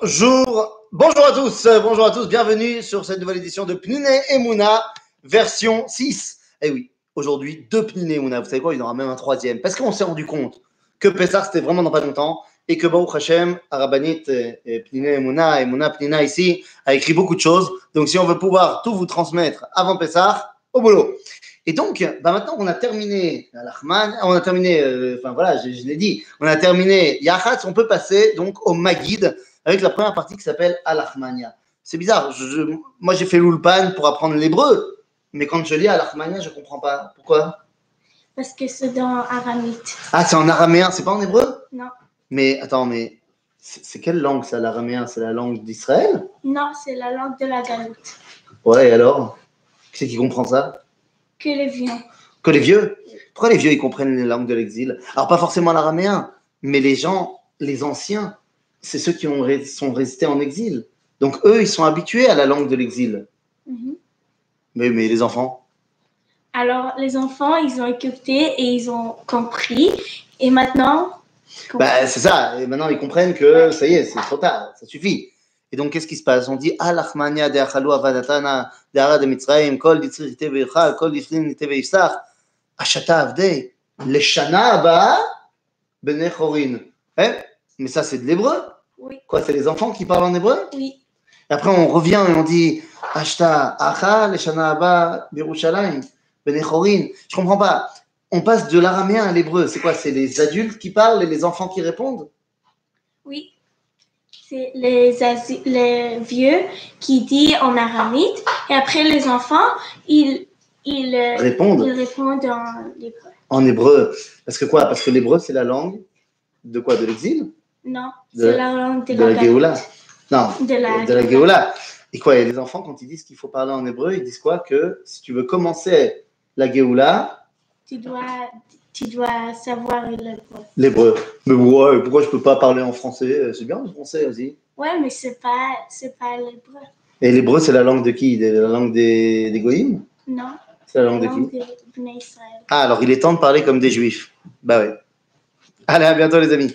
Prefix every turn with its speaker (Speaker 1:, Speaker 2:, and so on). Speaker 1: Bonjour, bonjour à tous, euh, bonjour à tous, bienvenue sur cette nouvelle édition de Pnine et Mouna, version 6. Eh oui, aujourd'hui, deux Pnine et Mouna, vous savez quoi, il y en aura même un troisième, parce qu'on s'est rendu compte que Pessah, c'était vraiment dans pas longtemps, et que Baruch Hashem, Arabanit, et Pnine et Mouna, et Mouna Pnina ici, a écrit beaucoup de choses, donc si on veut pouvoir tout vous transmettre avant Pessah, au boulot. Et donc, bah maintenant qu'on a terminé l'Achman, on a terminé, euh, enfin voilà, je, je l'ai dit, on a terminé Yachatz, on peut passer donc au Magid avec la première partie qui s'appelle Al-Achmania. C'est bizarre, je, je, moi j'ai fait l'Ulpan pour apprendre l'hébreu, mais quand je lis Al-Achmania, je ne comprends pas. Pourquoi
Speaker 2: Parce que c'est dans aramite.
Speaker 1: Ah, c'est en araméen, c'est pas en hébreu
Speaker 2: Non.
Speaker 1: Mais attends, mais c'est c'est quelle langue ça, l'araméen C'est la langue d'Israël
Speaker 2: Non, c'est la langue de la galoute.
Speaker 1: Ouais, et alors Qui c'est qui comprend ça
Speaker 2: Que les vieux.
Speaker 1: Que les vieux Pourquoi les vieux, ils comprennent les langues de l'exil Alors, pas forcément l'araméen, mais les gens, les anciens, c'est ceux qui ont ré- sont restés en exil. Donc, eux, ils sont habitués à la langue de l'exil.
Speaker 2: Mhm.
Speaker 1: Mais, mais les enfants
Speaker 2: Alors, les enfants, ils ont écouté et ils ont compris. Et maintenant, com-
Speaker 1: bah, C'est ça. Et maintenant, ils comprennent que ça y est, c'est trop tard, ça suffit. Et donc, qu'est-ce qui se passe On dit Al-Achmania de Achalou Avadatana de Ara de Mitzrayim, Kol Ditzri Teveicha, Kol Yiflin Teveifsach, Ashata Avdei, Leshana Abba, Bene Chorin. Hein Mais ça, c'est de l'hébreu
Speaker 2: oui,
Speaker 1: Quoi, c'est les enfants qui parlent en hébreu
Speaker 2: oui,
Speaker 1: Et après, on revient et on dit Ashta, Acha, Leshana Abba, Birushalayim, Benechorin. Je comprends pas. On passe de l'araméen à l'hébreu. C'est quoi C'est les adultes qui parlent et les enfants qui répondent
Speaker 2: oui. C'est les, asi- les vieux qui disent en aramite. Et après, les enfants, ils, ils, euh,
Speaker 1: Répondent
Speaker 2: ils répondent en hébreu.
Speaker 1: en hébreu. Parce que quoi Parce que l'hébreu, c'est la langue de quoi De l'exil
Speaker 2: Non,
Speaker 1: De-
Speaker 2: c'est la langue de,
Speaker 1: De la
Speaker 2: galoute.
Speaker 1: Géoula Non,
Speaker 2: De la,
Speaker 1: de la Géoula. Et quoi Et les enfants, quand ils disent qu'il faut parler en hébreu, ils disent quoi Que si tu veux commencer la Géoula,
Speaker 2: Tu dois, tu dois savoir l'hébreu.
Speaker 1: l'hébreu. Mais ouais, pourquoi je peux pas parler en français C'est bien le français, vas-y.
Speaker 2: Ouais, mais c'est pas, c'est pas l'hébreu.
Speaker 1: Et l'hébreu, c'est la langue de qui De La langue des, des goïms
Speaker 2: Non,
Speaker 1: C'est la
Speaker 2: la
Speaker 1: langue de qui
Speaker 2: langue de Bnei Israël.
Speaker 1: Ah, alors il est temps de parler comme des juifs. Bah ouais. Allez, à bientôt les amis.